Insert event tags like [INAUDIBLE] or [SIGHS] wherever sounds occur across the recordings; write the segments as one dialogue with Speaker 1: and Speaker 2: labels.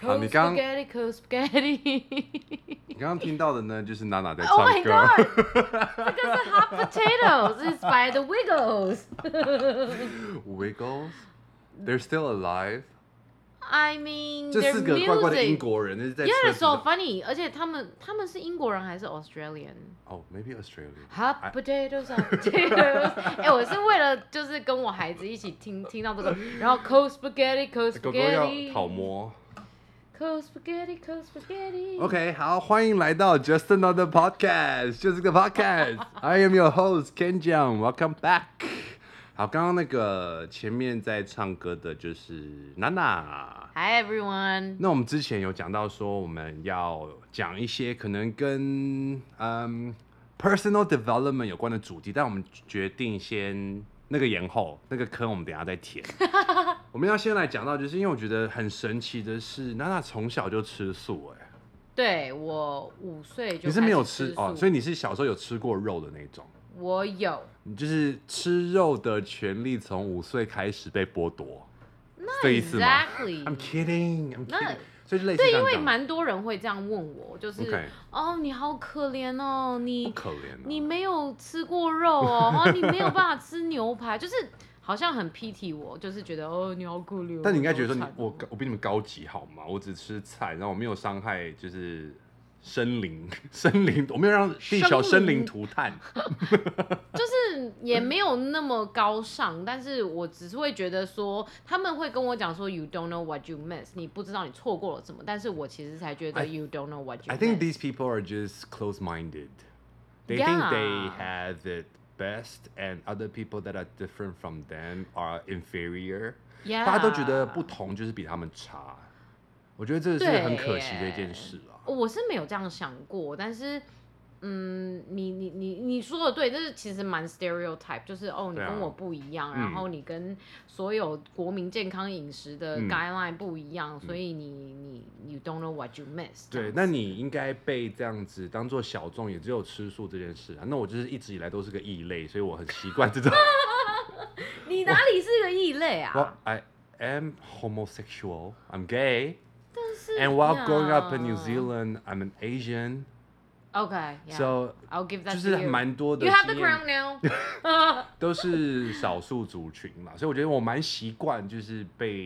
Speaker 1: 好你刚
Speaker 2: spaghetti, [LAUGHS] cold spaghetti.
Speaker 1: 你刚刚听到的呢，就是娜娜在
Speaker 2: Oh
Speaker 1: 唱
Speaker 2: my
Speaker 1: 歌。 [LAUGHS]
Speaker 2: god! Because the hot potatoes is by the Wiggles. [LAUGHS]
Speaker 1: Wiggles, they're still alive。
Speaker 2: I mean,
Speaker 1: 这
Speaker 2: their
Speaker 1: 四个怪怪的英
Speaker 2: music.
Speaker 1: 国人，那是在
Speaker 2: Yeah,
Speaker 1: 车
Speaker 2: it's
Speaker 1: 子
Speaker 2: so
Speaker 1: 上。
Speaker 2: funny. 而且他们他们是英国人还是 Australian？
Speaker 1: 哦，maybe Oh, Australia。
Speaker 2: Hot
Speaker 1: I-
Speaker 2: potatoes,
Speaker 1: [LAUGHS]
Speaker 2: hot potatoes。哎、 [LAUGHS] 我是为了就是跟我孩子一起听听到这个，然后 cold spaghetti, cold
Speaker 1: 狗狗要
Speaker 2: spaghetti，
Speaker 1: 讨摸。
Speaker 2: cold spaghetti, cold spaghetti。
Speaker 1: OK，好，欢迎来到 Just Another Podcast，就是个 Podcast。I am your host Ken Jiang，Welcome back。好，刚刚那个前面在唱歌的就是娜娜。
Speaker 2: Hi everyone。
Speaker 1: 那我们之前有讲到说，我们要讲一些可能跟嗯 personal development 有关的主题，但我们决定先那个延后，那个坑我们等一下再
Speaker 2: [LAUGHS]
Speaker 1: 填。我们要先来讲到，就是因为我觉得很神奇的是，娜娜从小就吃素、哎，
Speaker 2: 对我五岁就
Speaker 1: 你是没有吃
Speaker 2: 吃
Speaker 1: 哦，
Speaker 2: 素
Speaker 1: 所以你是小时候有吃过肉的那种，
Speaker 2: 我有。
Speaker 1: 你就是吃肉的权利从五岁开始被剥夺，这意思吗
Speaker 2: Exactly。
Speaker 1: ？I'm kidding, I'm
Speaker 2: 那
Speaker 1: kidding。所以就类似
Speaker 2: 对，
Speaker 1: 像
Speaker 2: 因为
Speaker 1: 这样
Speaker 2: 蛮多人会这样问我，就是、
Speaker 1: OK
Speaker 2: 哦，你好可怜哦，
Speaker 1: 不
Speaker 2: 你
Speaker 1: 可怜、哦，
Speaker 2: 你没有吃过肉
Speaker 1: [LAUGHS]
Speaker 2: 哦，哦，你没有办法吃牛排， [LAUGHS] 就是好像很 pity 我，就是觉得哦，你好可怜哦。
Speaker 1: 但你应该觉得说你
Speaker 2: 好惨哦
Speaker 1: 我我比你们高级好吗？我只吃菜，然后我没有伤害就是生灵 [LAUGHS] 生灵，我没有让地球生
Speaker 2: 生
Speaker 1: 灵
Speaker 2: 灵
Speaker 1: 涂炭。
Speaker 2: 就是也没有那么高尚，但是我只是会觉得说，他们会跟我讲说，you don't know what you miss，你不知道你错过了什么，但是我其实才觉得
Speaker 1: I-
Speaker 2: you don't know what you
Speaker 1: I think
Speaker 2: miss。
Speaker 1: these people are just close-minded. They think
Speaker 2: Yeah.
Speaker 1: they have it best, and other people that are different from them are inferior. 大家都觉得不
Speaker 2: Yeah
Speaker 1: 同就是比他们差，我觉得这是很可惜的一件事啊。
Speaker 2: 我是没有这样想过，但是，嗯，你你你你说的对，这是其实蛮 stereotype，就是哦，你
Speaker 1: 对啊
Speaker 2: 跟我不一样，
Speaker 1: 嗯
Speaker 2: 然后你跟所有国民健康饮食的
Speaker 1: 嗯
Speaker 2: guideline 不一样，所以你你你 don't know what you miss 这样
Speaker 1: 对，
Speaker 2: 子。
Speaker 1: 那你应该被这样子当做小众，也只有吃素这件事啊。那我就是一直以来都是个异类，所以我很习惯这种。
Speaker 2: [LAUGHS] 你哪里是个异类啊？
Speaker 1: Well, I am homosexual. I'm gay.
Speaker 2: 但是
Speaker 1: And while growing up in New
Speaker 2: yeah.
Speaker 1: Zealand, I'm an Asian.
Speaker 2: Okay, yeah.
Speaker 1: So
Speaker 2: I'll give that
Speaker 1: 就
Speaker 2: to
Speaker 1: 是
Speaker 2: you.
Speaker 1: 蛮多的
Speaker 2: You have the
Speaker 1: 经
Speaker 2: crown
Speaker 1: 验
Speaker 2: now.
Speaker 1: [LAUGHS] 都是少数族群嘛，所以我觉得我蛮习惯就是被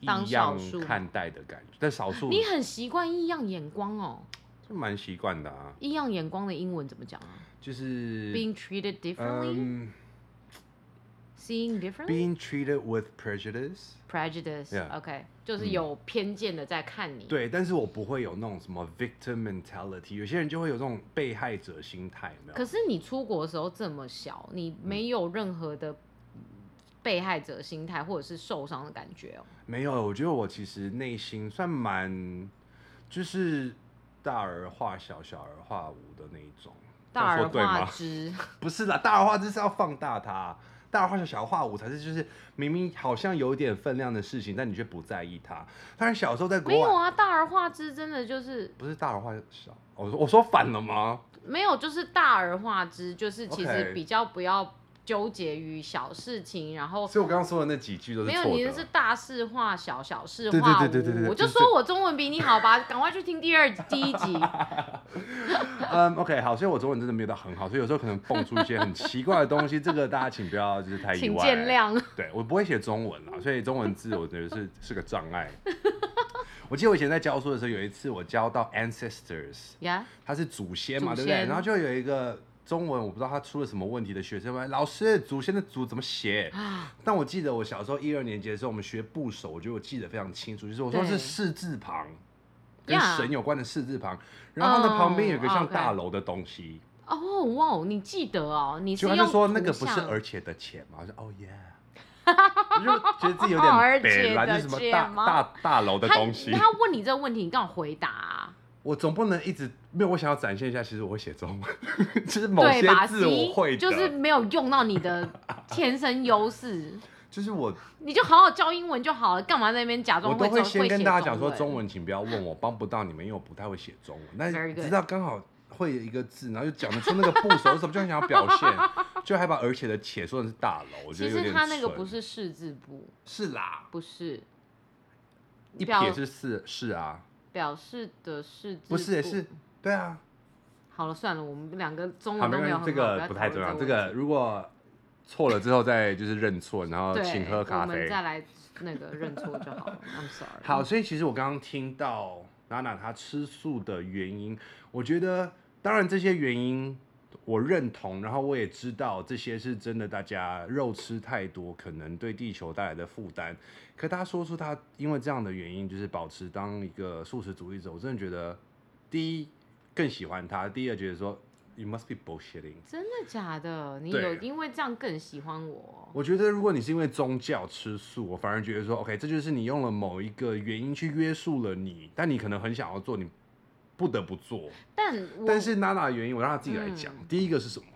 Speaker 1: 异
Speaker 2: 当少
Speaker 1: 样
Speaker 2: 数
Speaker 1: 看待的感觉，但少数
Speaker 2: 你很习惯异样眼光哦。
Speaker 1: 就蛮习惯的啊，
Speaker 2: 异样眼光的英文怎么讲啊
Speaker 1: 就是
Speaker 2: ？Being treated differently,
Speaker 1: 嗯
Speaker 2: seeing differently,
Speaker 1: being treated with prejudice。
Speaker 2: prejudice.
Speaker 1: Yeah. 嗯
Speaker 2: OK，就是有偏见的在看你。
Speaker 1: 对，但是我不会有那种什么 victim mentality，有些人就会有这种被害者心态，有没有？
Speaker 2: 可是你出国的时候这么小，你没有任何的被害者心态或者是受伤的感觉哦。
Speaker 1: 没有，我觉得我其实内心算蛮，就是大而化小，小而化无的那一种。这
Speaker 2: 大
Speaker 1: 样
Speaker 2: 而
Speaker 1: 说对
Speaker 2: [LAUGHS] 化
Speaker 1: 吗？
Speaker 2: 之，
Speaker 1: 不是啦，大而化之是要放大它，大而化小，小而化无才是就是明明好像有点分量的事情，但你却不在意它。当然小时候在
Speaker 2: 没
Speaker 1: 国
Speaker 2: 有
Speaker 1: 外，
Speaker 2: 啊，大而化之真的就是
Speaker 1: 不是大而化小，我说我说反了吗？
Speaker 2: 没有，就是大而化之，就是其实
Speaker 1: OK
Speaker 2: 比较不要纠结于小事情，然后
Speaker 1: 所以我刚刚说的那几句都是
Speaker 2: 没有
Speaker 1: 错
Speaker 2: 你
Speaker 1: 的
Speaker 2: 这是大事化小，小事
Speaker 1: 对对
Speaker 2: 化无。
Speaker 1: 对对对对对
Speaker 2: 我就
Speaker 1: 就是
Speaker 2: 说我中文比你好吧，赶快去听第二集第一集。
Speaker 1: 嗯、o k 好，所以我中文真的没有到很好，所以有时候可能蹦出一些很奇怪的东西，这个大家请不要就是 [LAUGHS] 太意
Speaker 2: 请
Speaker 1: 外，
Speaker 2: 见。谅。 [LAUGHS]
Speaker 1: 对我不会写中文啦，所以中文字我觉得是是个障碍。我记得我以前在教书的时候，有一次我教到 ancestors，
Speaker 2: 呀、
Speaker 1: 它是祖先嘛，
Speaker 2: 祖
Speaker 1: 对
Speaker 2: 先
Speaker 1: 不对？然后就有一个中文我不知道他出了什么问题的学生问老师祖先的祖怎么写？
Speaker 2: [SIGHS] 啊，
Speaker 1: 但我记得我小时候一二年级的时候，我们学部首，我觉得我记得非常清楚，就是我说
Speaker 2: 对
Speaker 1: 是四字旁，跟
Speaker 2: Yeah
Speaker 1: 神有关的四字旁，然后它的
Speaker 2: 哦
Speaker 1: 旁边有一个像
Speaker 2: OK
Speaker 1: 大楼的东西，
Speaker 2: 哦哇，你记得哦，你是
Speaker 1: 结果
Speaker 2: 用
Speaker 1: 他就说那个不
Speaker 2: 图
Speaker 1: 是
Speaker 2: 像
Speaker 1: 而且的且嘛，我说哦耶。
Speaker 2: [LAUGHS]
Speaker 1: 我就觉得自己有
Speaker 2: 哦
Speaker 1: 点
Speaker 2: 而
Speaker 1: 北
Speaker 2: 且
Speaker 1: 啦，就
Speaker 2: 的
Speaker 1: 是什么
Speaker 2: 且
Speaker 1: 大
Speaker 2: 吗
Speaker 1: 大大楼的
Speaker 2: 他
Speaker 1: 东西，
Speaker 2: 他问你这个问题，你刚好回答啊、
Speaker 1: 我总不能一直没有。我想要展现一下，其实我会写中文， [LAUGHS] 就是某
Speaker 2: 对
Speaker 1: 些
Speaker 2: 吧？
Speaker 1: 字我会的，
Speaker 2: 就是没有用到你的天生优势。
Speaker 1: 就是我
Speaker 2: 你就好好教英文就好了，干嘛在那边假
Speaker 1: 我
Speaker 2: 装
Speaker 1: 都
Speaker 2: 会
Speaker 1: 会
Speaker 2: 中
Speaker 1: 先
Speaker 2: 会
Speaker 1: 跟
Speaker 2: 写
Speaker 1: 大家讲说中
Speaker 2: 文？
Speaker 1: 文，请不要问我，帮不到你们，因为我不太会写中文。但
Speaker 2: Very
Speaker 1: 是
Speaker 2: good
Speaker 1: 直到刚好会有一个字，然后就讲得出那个部首，什么就很想要表现，就还把而且的且说的是大楼，我
Speaker 2: 其
Speaker 1: 觉得有
Speaker 2: 实
Speaker 1: 点
Speaker 2: 他那个
Speaker 1: 蠢
Speaker 2: 不是四字部，
Speaker 1: 是啦，
Speaker 2: 不是
Speaker 1: 一
Speaker 2: 表
Speaker 1: 撇是是是啊，
Speaker 2: 表示的是
Speaker 1: 不是
Speaker 2: 字
Speaker 1: 是，对啊。
Speaker 2: 好了，算了，我们两个中
Speaker 1: 好，
Speaker 2: 文
Speaker 1: 没
Speaker 2: 都没
Speaker 1: 关
Speaker 2: 有
Speaker 1: 系，
Speaker 2: 很
Speaker 1: 这
Speaker 2: 好
Speaker 1: 个不太重要。这个
Speaker 2: 不
Speaker 1: 如果错了之后再就是认错，然
Speaker 2: 要
Speaker 1: 后
Speaker 2: 讨论
Speaker 1: 呃请
Speaker 2: 个问
Speaker 1: 喝
Speaker 2: 题对，我
Speaker 1: 咖
Speaker 2: 们
Speaker 1: 啡。
Speaker 2: 再来那个认错就好了。I'm sorry。
Speaker 1: 好，，所以其实我刚刚听到娜娜她吃素的原因，我觉得当然这些原因我认同，然后我也知道这些是真的，大家肉吃太多可能对地球带来的负担。可她说出她因为这样的原因，就是保持当一个素食主义者，我真的觉得第一更喜欢她，第二觉得说 you must be bullshitting。
Speaker 2: 真的假的？你
Speaker 1: 对啊
Speaker 2: 有因为这样更喜欢我？
Speaker 1: 我觉得如果你是因为宗教吃素，我反而觉得说，OK，这就是你用了某一个原因去约束了你，但你可能很想要做，你不得不做。
Speaker 2: 但我嗯
Speaker 1: 但是娜娜的原因，我让她自己来讲。第一个是什么？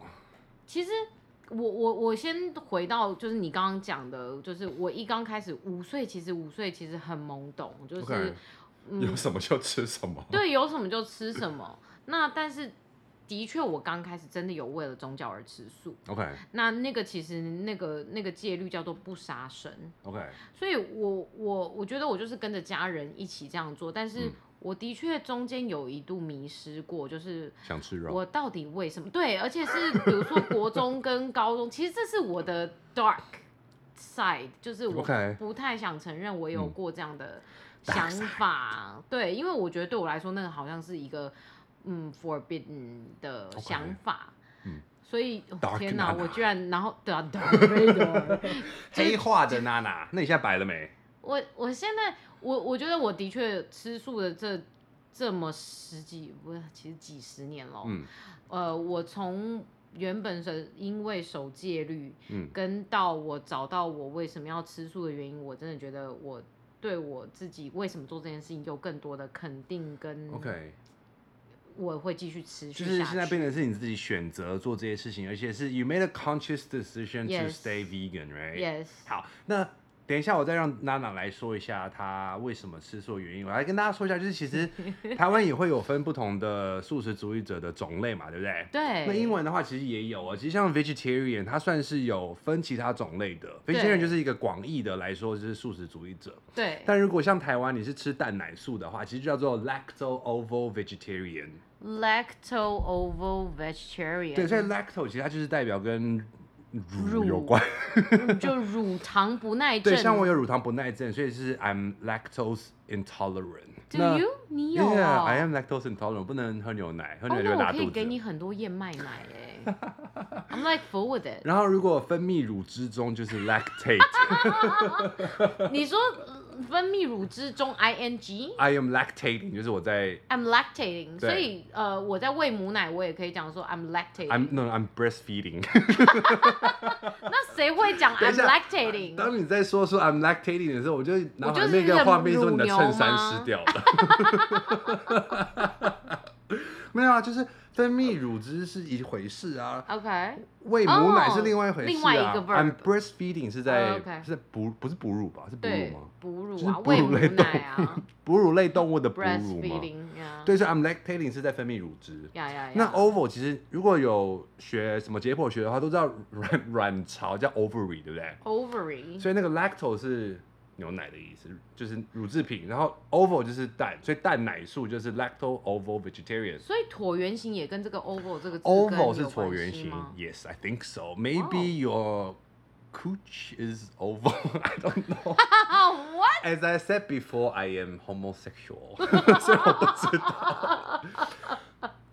Speaker 2: 其实我我我先回到就是你刚刚讲的，就是我一刚开始五岁，其实五岁其实很懵懂，就是嗯
Speaker 1: OK 有什么就吃什么。
Speaker 2: 对有什么就吃什么。那但是的确，我刚开始真的有为了宗教而吃素。
Speaker 1: OK
Speaker 2: 那那个其实那个那个戒律叫做不杀生，
Speaker 1: OK，
Speaker 2: 所以我我我觉得我就是跟着家人一起这样做，但是
Speaker 1: 嗯
Speaker 2: 我的确中间有一度迷失过，就是
Speaker 1: 想吃肉。
Speaker 2: 我到底为什么？对，而且是比如说国中跟高中，其实这是我的 dark side，就是我
Speaker 1: OK
Speaker 2: 不太想承认我有
Speaker 1: 嗯
Speaker 2: 过这样的想
Speaker 1: Dark
Speaker 2: 法。对，因为我觉得对我来说，那个好像是一个嗯 forbidden 的
Speaker 1: OK
Speaker 2: 想法。
Speaker 1: 嗯
Speaker 2: 所以、哦
Speaker 1: Dark
Speaker 2: 天哪，
Speaker 1: Nana
Speaker 2: 我居然然后对啊，Dark Vader，
Speaker 1: 黑化的娜娜，那你现在白了没？
Speaker 2: 我我现在我我觉得我的确吃素的这这么十几不是其实几十年了，
Speaker 1: 嗯
Speaker 2: 呃，我从原本是因为守戒律，
Speaker 1: 嗯
Speaker 2: 跟到我找到我为什么要吃素的原因，我真的觉得我对我自己为什么做这件事情有更多的肯定，跟
Speaker 1: ，OK，
Speaker 2: 我会继续持续
Speaker 1: 就是
Speaker 2: 下
Speaker 1: 现在
Speaker 2: 去。
Speaker 1: 变成是你自己选择做这些事情，而且是 you made a conscious decision to
Speaker 2: Yes
Speaker 1: stay vegan，right？
Speaker 2: yes，
Speaker 1: 好，那等一下我再让娜娜来说一下她为什么吃素的原因。我来跟大家说一下，就是
Speaker 2: [LAUGHS]
Speaker 1: 其实台湾也会有分不同的素食主义者的种类嘛，对不对？
Speaker 2: 对，
Speaker 1: 那英文的话其实也有啊，其实像 vegetarian，它算是有分其他种类的。
Speaker 2: 对
Speaker 1: vegetarian 就是一个广义的来说就是素食主义者，
Speaker 2: 对
Speaker 1: 但如果像台湾你是吃蛋奶素的话，其实就叫做 lacto ovo vegetarian。
Speaker 2: lacto ovo vegetarian，
Speaker 1: 对，所以 lacto 其实它就是代表跟乳
Speaker 2: 乳
Speaker 1: 有关。
Speaker 2: 嗯就乳糖不耐症。
Speaker 1: 对，像我有乳糖不耐症，所以是 I'm lactose intolerant。
Speaker 2: Do you？你有啊、
Speaker 1: Yeah，I am lactose intolerant，我不能喝牛奶，喝
Speaker 2: 哦
Speaker 1: 牛，奶就
Speaker 2: 那我
Speaker 1: 会拉
Speaker 2: 可以
Speaker 1: 肚
Speaker 2: 给你
Speaker 1: 子。
Speaker 2: 很多燕麦
Speaker 1: [LAUGHS]
Speaker 2: 奶哎、i m like forward it。
Speaker 1: 然后如果分泌乳汁中就是 [LAUGHS] lactate，I
Speaker 2: 你说呃分泌乳汁中 ing。
Speaker 1: am lactating，就是我在
Speaker 2: I'm lactating，
Speaker 1: 对
Speaker 2: 所以呃，我在喂母奶，我也可以讲说 I'm lactating。
Speaker 1: I'm no I'm
Speaker 2: [LAUGHS]
Speaker 1: breastfeeding。
Speaker 2: 那谁会讲
Speaker 1: 等
Speaker 2: I'm
Speaker 1: 一下
Speaker 2: lactating？
Speaker 1: 当你在说出 I'm lactating 的时候，我就脑海
Speaker 2: 我就
Speaker 1: 里
Speaker 2: 是
Speaker 1: 面一个画面说你的
Speaker 2: 忍
Speaker 1: 衬衫
Speaker 2: 乳牛吗
Speaker 1: 湿掉了。 [LAUGHS] 没有啊，就是分泌乳汁是一回事啊，
Speaker 2: OK，
Speaker 1: 喂母奶是
Speaker 2: 哦
Speaker 1: 另外一回事、啊
Speaker 2: 另外一个 verb
Speaker 1: I'm breastfeeding 是在、
Speaker 2: 哦，OK
Speaker 1: 是在哺不是哺乳吧？是哺乳
Speaker 2: 对
Speaker 1: 吗？，
Speaker 2: 哺乳
Speaker 1: 就是
Speaker 2: 啊，
Speaker 1: 哺
Speaker 2: 喂
Speaker 1: 乳
Speaker 2: 母
Speaker 1: 类动
Speaker 2: 奶啊
Speaker 1: 物，哺乳类动物的哺乳吗？
Speaker 2: ，breastfeeding 啊，
Speaker 1: 对，是 I'm lactating 是在分泌乳汁。
Speaker 2: 呀呀呀。
Speaker 1: 那 oval 其实如果有学什么解剖学的话，都知道 [LAUGHS] 卵卵巢叫 ovary，对不对？
Speaker 2: ovary，
Speaker 1: 所以那个 lacto 是牛奶的意思，就是乳制品，然后 oval 就是蛋，所以蛋奶素就是 lacto oval vegetarian。
Speaker 2: 所以椭圆形也跟这个 oval 这个字根
Speaker 1: Oval 是
Speaker 2: 有关
Speaker 1: 椭圆
Speaker 2: 系
Speaker 1: 形
Speaker 2: 吗
Speaker 1: ，Yes, I think so. Maybe your cooch is oval. [LAUGHS] I don't know.
Speaker 2: 啊，what？
Speaker 1: As I said before, I am homosexual. [LAUGHS] 所以我不知道，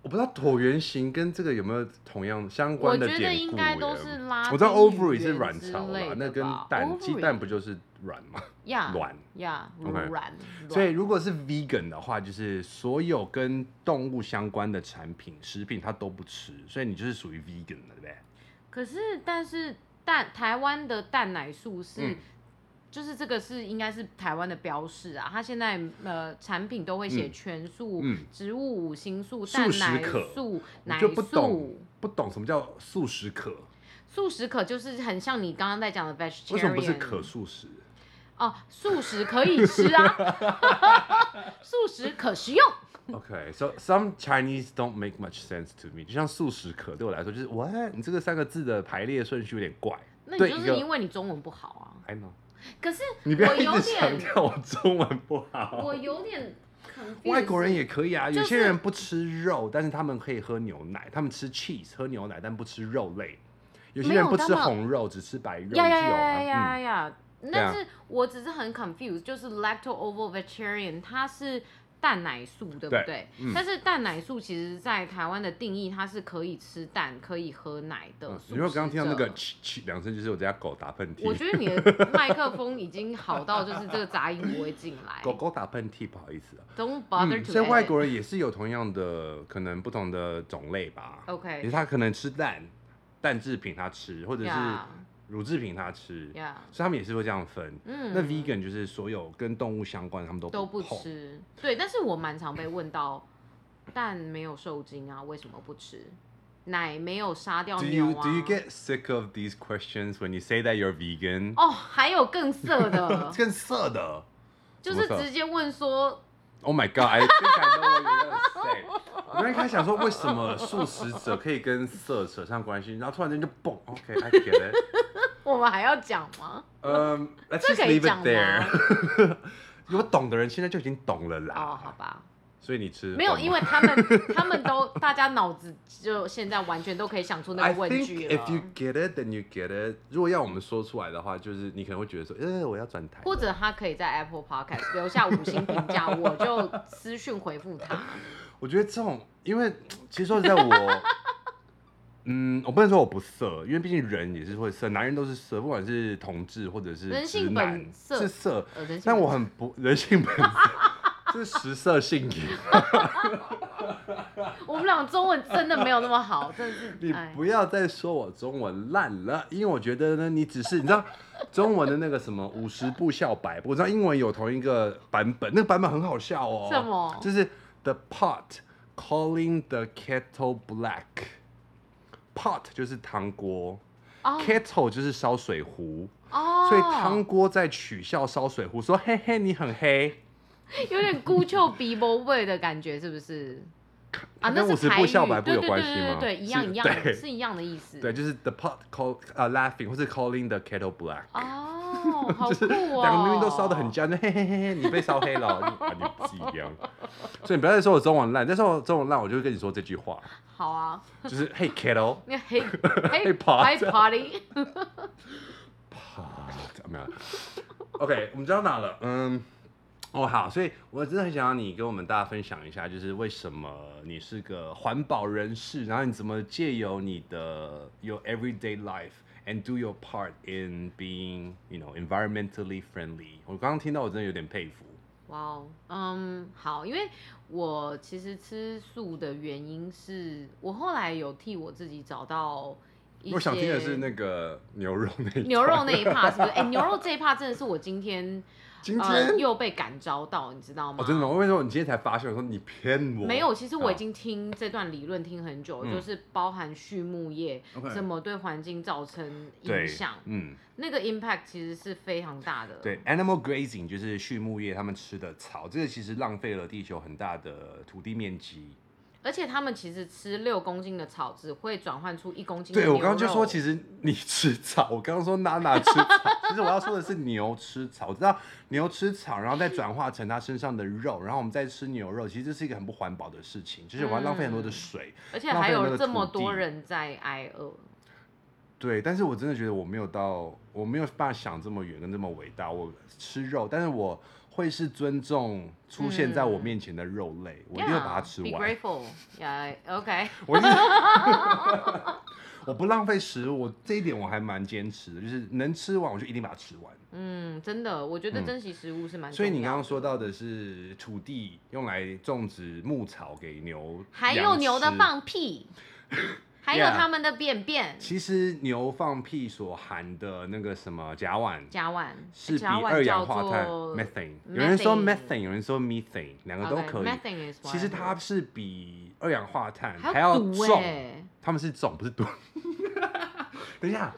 Speaker 1: 我不知道椭圆形跟这个有没有同样相
Speaker 2: 我
Speaker 1: 关的
Speaker 2: 觉得
Speaker 1: 典
Speaker 2: 应
Speaker 1: 故
Speaker 2: 该
Speaker 1: 耶。
Speaker 2: 都是拉丁
Speaker 1: 我知道 ovary
Speaker 2: 语
Speaker 1: 是
Speaker 2: 言
Speaker 1: 卵
Speaker 2: 之
Speaker 1: 巢
Speaker 2: 类
Speaker 1: 啦
Speaker 2: 的，
Speaker 1: 那跟
Speaker 2: 吧啊
Speaker 1: 蛋
Speaker 2: Ovary
Speaker 1: 鸡蛋不就是卵吗？
Speaker 2: 呀
Speaker 1: 卵
Speaker 2: 呀
Speaker 1: OK
Speaker 2: 卵，
Speaker 1: 所以如果是 vegan 的话，就是所有跟动物相关的产品、食品它都不吃，所以你就是属于 vegan 了，对不对？
Speaker 2: 可是，但是蛋台湾的蛋奶素是，
Speaker 1: 嗯
Speaker 2: 就是这个是应该是台湾的标示啊。它现在呃产品都会写
Speaker 1: 嗯
Speaker 2: 全素、
Speaker 1: 嗯
Speaker 2: 植物五星素、
Speaker 1: 素
Speaker 2: 蛋
Speaker 1: 食
Speaker 2: 奶
Speaker 1: 可
Speaker 2: 素、
Speaker 1: 我
Speaker 2: 奶
Speaker 1: 就不懂
Speaker 2: 素。，
Speaker 1: 不懂什么叫素食可，
Speaker 2: 素食可就是很像你刚刚在讲的 vegetarian，
Speaker 1: 为什么不是可素食？
Speaker 2: 哦？素食可以吃啊， [LAUGHS] 素食可食用。
Speaker 1: Okay, so some Chinese don't make much sense to me。就像素食可对我来说，就是 what？你这个三个字的排列顺序有点怪。
Speaker 2: 那你
Speaker 1: 对
Speaker 2: 就
Speaker 1: 一
Speaker 2: 是
Speaker 1: 个
Speaker 2: 因为你中文不好啊。
Speaker 1: I know，
Speaker 2: 可是
Speaker 1: 你不要
Speaker 2: 我
Speaker 1: 一
Speaker 2: 有
Speaker 1: 直强
Speaker 2: 点，
Speaker 1: 调我中文不好。
Speaker 2: 我有点 confused
Speaker 1: [LAUGHS] 外国人也可以啊，有
Speaker 2: 就是
Speaker 1: 些人不吃肉，但是他们可以喝牛奶，他们吃 cheese 喝牛奶，但不吃肉类。有些
Speaker 2: 没
Speaker 1: 人
Speaker 2: 有
Speaker 1: 不吃
Speaker 2: 他们
Speaker 1: 红肉，只吃白肉。
Speaker 2: 呀呀
Speaker 1: 也是有啊
Speaker 2: 呀呀呀
Speaker 1: 嗯
Speaker 2: 呀！
Speaker 1: 对啊
Speaker 2: 但是我只是很 confused，就是 lacto ovo vegetarian，它是蛋奶素，对不
Speaker 1: 对
Speaker 2: 对？
Speaker 1: 嗯
Speaker 2: 但是蛋奶素其实在台湾的定义，它是可以吃蛋、可以喝奶的
Speaker 1: 嗯
Speaker 2: 素食者。
Speaker 1: 你如果刚刚听到那个“嗤嗤”两声，就是我家狗打喷
Speaker 2: 我
Speaker 1: 嚏。
Speaker 2: 觉得你的
Speaker 1: [LAUGHS]
Speaker 2: 麦克风已经好到，就是这个杂音不会进来。哦
Speaker 1: 狗狗打喷嚏，不好意思啊。
Speaker 2: Don't bother
Speaker 1: 嗯
Speaker 2: to、
Speaker 1: 所以外国人也是有同样的可能不同的种类吧。也是
Speaker 2: OK，
Speaker 1: 他可能吃蛋，蛋制品他吃，或者是
Speaker 2: Yeah
Speaker 1: 乳制品他吃
Speaker 2: yeah，
Speaker 1: 所以他们也是会这样分。
Speaker 2: 嗯，
Speaker 1: 那 vegan 就是所有跟动物相关的，他们都
Speaker 2: 都不
Speaker 1: 碰。
Speaker 2: 吃。对，但是我蛮常被问到，蛋没有受精啊，为什么不吃？奶没有杀掉
Speaker 1: Do
Speaker 2: 牛
Speaker 1: you
Speaker 2: 啊？
Speaker 1: do you get sick of these questions when you say that you're vegan？
Speaker 2: 哦，还有更色
Speaker 1: [LAUGHS]
Speaker 2: 的，
Speaker 1: 更色的。
Speaker 2: 就是
Speaker 1: 什么色
Speaker 2: 直接问说，
Speaker 1: Oh my god! I think I know what you're gonna say. 我刚才想说，为什么素食者可以跟色扯上关系，然后突然间就蹦。OK, I get it.
Speaker 2: 我们还要讲吗？
Speaker 1: Um, let's
Speaker 2: [LAUGHS] 这
Speaker 1: just
Speaker 2: 可以
Speaker 1: leave
Speaker 2: 讲
Speaker 1: it
Speaker 2: 吗
Speaker 1: there. [LAUGHS] 有懂的人现在就已经懂了啦。
Speaker 2: 哦，好吧，
Speaker 1: 所以你吃
Speaker 2: 没有，
Speaker 1: 懂吗
Speaker 2: 因为他们 [LAUGHS] 他们都大家脑子就现在完全都可以想出那
Speaker 1: I
Speaker 2: 个问
Speaker 1: think
Speaker 2: 句
Speaker 1: if you
Speaker 2: 了，
Speaker 1: get it, then you get it. 如果要我们说出来的话，就是你可能会觉得说，呃，我要转台了。
Speaker 2: 或者他可以在 Apple Podcast 留下五星评价，我就私讯回复他。 [LAUGHS]
Speaker 1: 我觉得这种，因为其实说实
Speaker 2: [LAUGHS]
Speaker 1: 在我，嗯，我不能说我不色，因为毕竟人也是会色，男人都是色，不管是同志或者是
Speaker 2: 人性
Speaker 1: 直男
Speaker 2: 本色
Speaker 1: 是色，
Speaker 2: 呃，人性
Speaker 1: 但我
Speaker 2: 本
Speaker 1: 很不人性本色，这是食色性也。
Speaker 2: 我们俩中文真的没有那么好， [LAUGHS] 真的
Speaker 1: 你
Speaker 2: 是哎，
Speaker 1: 不要再说我中文烂了，因为我觉得呢，你只是你知道中文的那个什么五十步笑百步，我知道英文有同一个版本，那个版本很好笑哦。
Speaker 2: 什么
Speaker 1: 就是 the pot calling the kettle black。pot 就是汤锅、
Speaker 2: 哦
Speaker 1: k e t t l e 就是烧水壶，
Speaker 2: 哦，
Speaker 1: 所以汤锅在取笑烧水壶，说嘿嘿你很黑。
Speaker 2: 有点孤臭鼻波味的感觉，是不是？啊，那
Speaker 1: 跟五
Speaker 2: 是
Speaker 1: 十
Speaker 2: 台
Speaker 1: 步
Speaker 2: 语，
Speaker 1: 笑百步
Speaker 2: 对
Speaker 1: 有
Speaker 2: 对
Speaker 1: 关
Speaker 2: 对
Speaker 1: 系
Speaker 2: 对对
Speaker 1: 吗
Speaker 2: 对，一样
Speaker 1: 是
Speaker 2: 一样
Speaker 1: 对
Speaker 2: 的，是一样的意思。
Speaker 1: 对，就是 the pot call 呃、laughing 或是 calling the kettle black。
Speaker 2: 哦，好
Speaker 1: 就是
Speaker 2: 酷哦！
Speaker 1: 两个明明都烧的很焦，那嘿嘿嘿嘿，你被烧黑了，你把你自己一样。所以你不要再说我中文烂，再说我中文烂，我就会跟你说这句话，
Speaker 2: 好啊。
Speaker 1: 就是 Hey kettle，
Speaker 2: 那黑
Speaker 1: [LAUGHS]
Speaker 2: 黑
Speaker 1: pot
Speaker 2: party，
Speaker 1: 啪，怎么样？OK，我们讲到哪了？嗯，哦好，所以我真的很想要你跟我们大家分享一下，就是为什么你是个环保人士，然后你怎么借由你的 your everyday life。And do your part in being, you know, environmentally friendly. 我刚刚听到，我真的有点佩服。
Speaker 2: [LAUGHS] 哇哦，嗯，好，因为我其实吃素的原因是我后来有替我自己找到一些。
Speaker 1: 我想听的是那个牛肉那一
Speaker 2: [LAUGHS] 牛
Speaker 1: 段
Speaker 2: 肉那一趴是不是？哎、牛肉这一趴真的是我今天
Speaker 1: [LAUGHS] 今天、
Speaker 2: 呃又被感召到，你知道吗？
Speaker 1: 哦，真的吗？我跟你说，你今天才发现，我说你骗我，
Speaker 2: 没有，其实我已
Speaker 1: 啊
Speaker 2: 经听这段理论听很久，
Speaker 1: 嗯
Speaker 2: 就是包含畜牧业
Speaker 1: OK
Speaker 2: 怎么对环境造成
Speaker 1: 对
Speaker 2: 影响，呃
Speaker 1: 嗯，
Speaker 2: 那个 impact 其实是非常大的。
Speaker 1: 对，animal grazing 就是畜牧业他们吃的草，这个其实浪费了地球很大的土地面积。
Speaker 2: 而且他们其实吃六公斤的草，只会转换出一公斤的
Speaker 1: 对，
Speaker 2: 牛肉。
Speaker 1: 我刚刚就说，其实你吃草，我刚刚说娜
Speaker 2: [LAUGHS]
Speaker 1: 娜吃草，其实我要说的是牛吃草。我知道牛吃草，然后再转化成它身上的肉，然后我们再吃牛肉，其实这是一个很不环保的事情，就是我要浪费
Speaker 2: 嗯
Speaker 1: 很多的水。
Speaker 2: 而且还
Speaker 1: 浪费了那
Speaker 2: 有
Speaker 1: 个
Speaker 2: 这么
Speaker 1: 土地
Speaker 2: 多人在挨饿。
Speaker 1: 对，但是我真的觉得我没有到，我没有办法想这么远跟这么伟大。我吃肉，但是我会是尊重出现在我面前的肉类，我一定要把它吃
Speaker 2: 嗯 Yeah,
Speaker 1: 完。
Speaker 2: Be grateful. Yeah. OK. [LAUGHS]
Speaker 1: 我是 [LAUGHS] 我不浪费食物，我这一点我还蛮坚持的，就是能吃完我就一定把它吃完。
Speaker 2: 嗯，真的，我觉得珍惜食物是蛮重要的。
Speaker 1: 所以你刚刚说到的是土地用来种植牧草给牛，
Speaker 2: 还有
Speaker 1: 羊
Speaker 2: 牛的
Speaker 1: 吃
Speaker 2: 放屁，还有
Speaker 1: Yeah
Speaker 2: 他们的便便。
Speaker 1: 其实牛放屁所含的那个什么甲烷，
Speaker 2: 甲烷
Speaker 1: 是比
Speaker 2: 甲烷
Speaker 1: 二氧
Speaker 2: 叫
Speaker 1: 化碳
Speaker 2: 做
Speaker 1: methane，有人说
Speaker 2: methane
Speaker 1: methane，有人说 methane，两个都
Speaker 2: OK，
Speaker 1: 可以。
Speaker 2: methane is one
Speaker 1: 其实它是比二氧化碳还
Speaker 2: 还
Speaker 1: 要
Speaker 2: 要
Speaker 1: 重，
Speaker 2: 欸，
Speaker 1: 他们是重不是毒。 [LAUGHS] 等一下，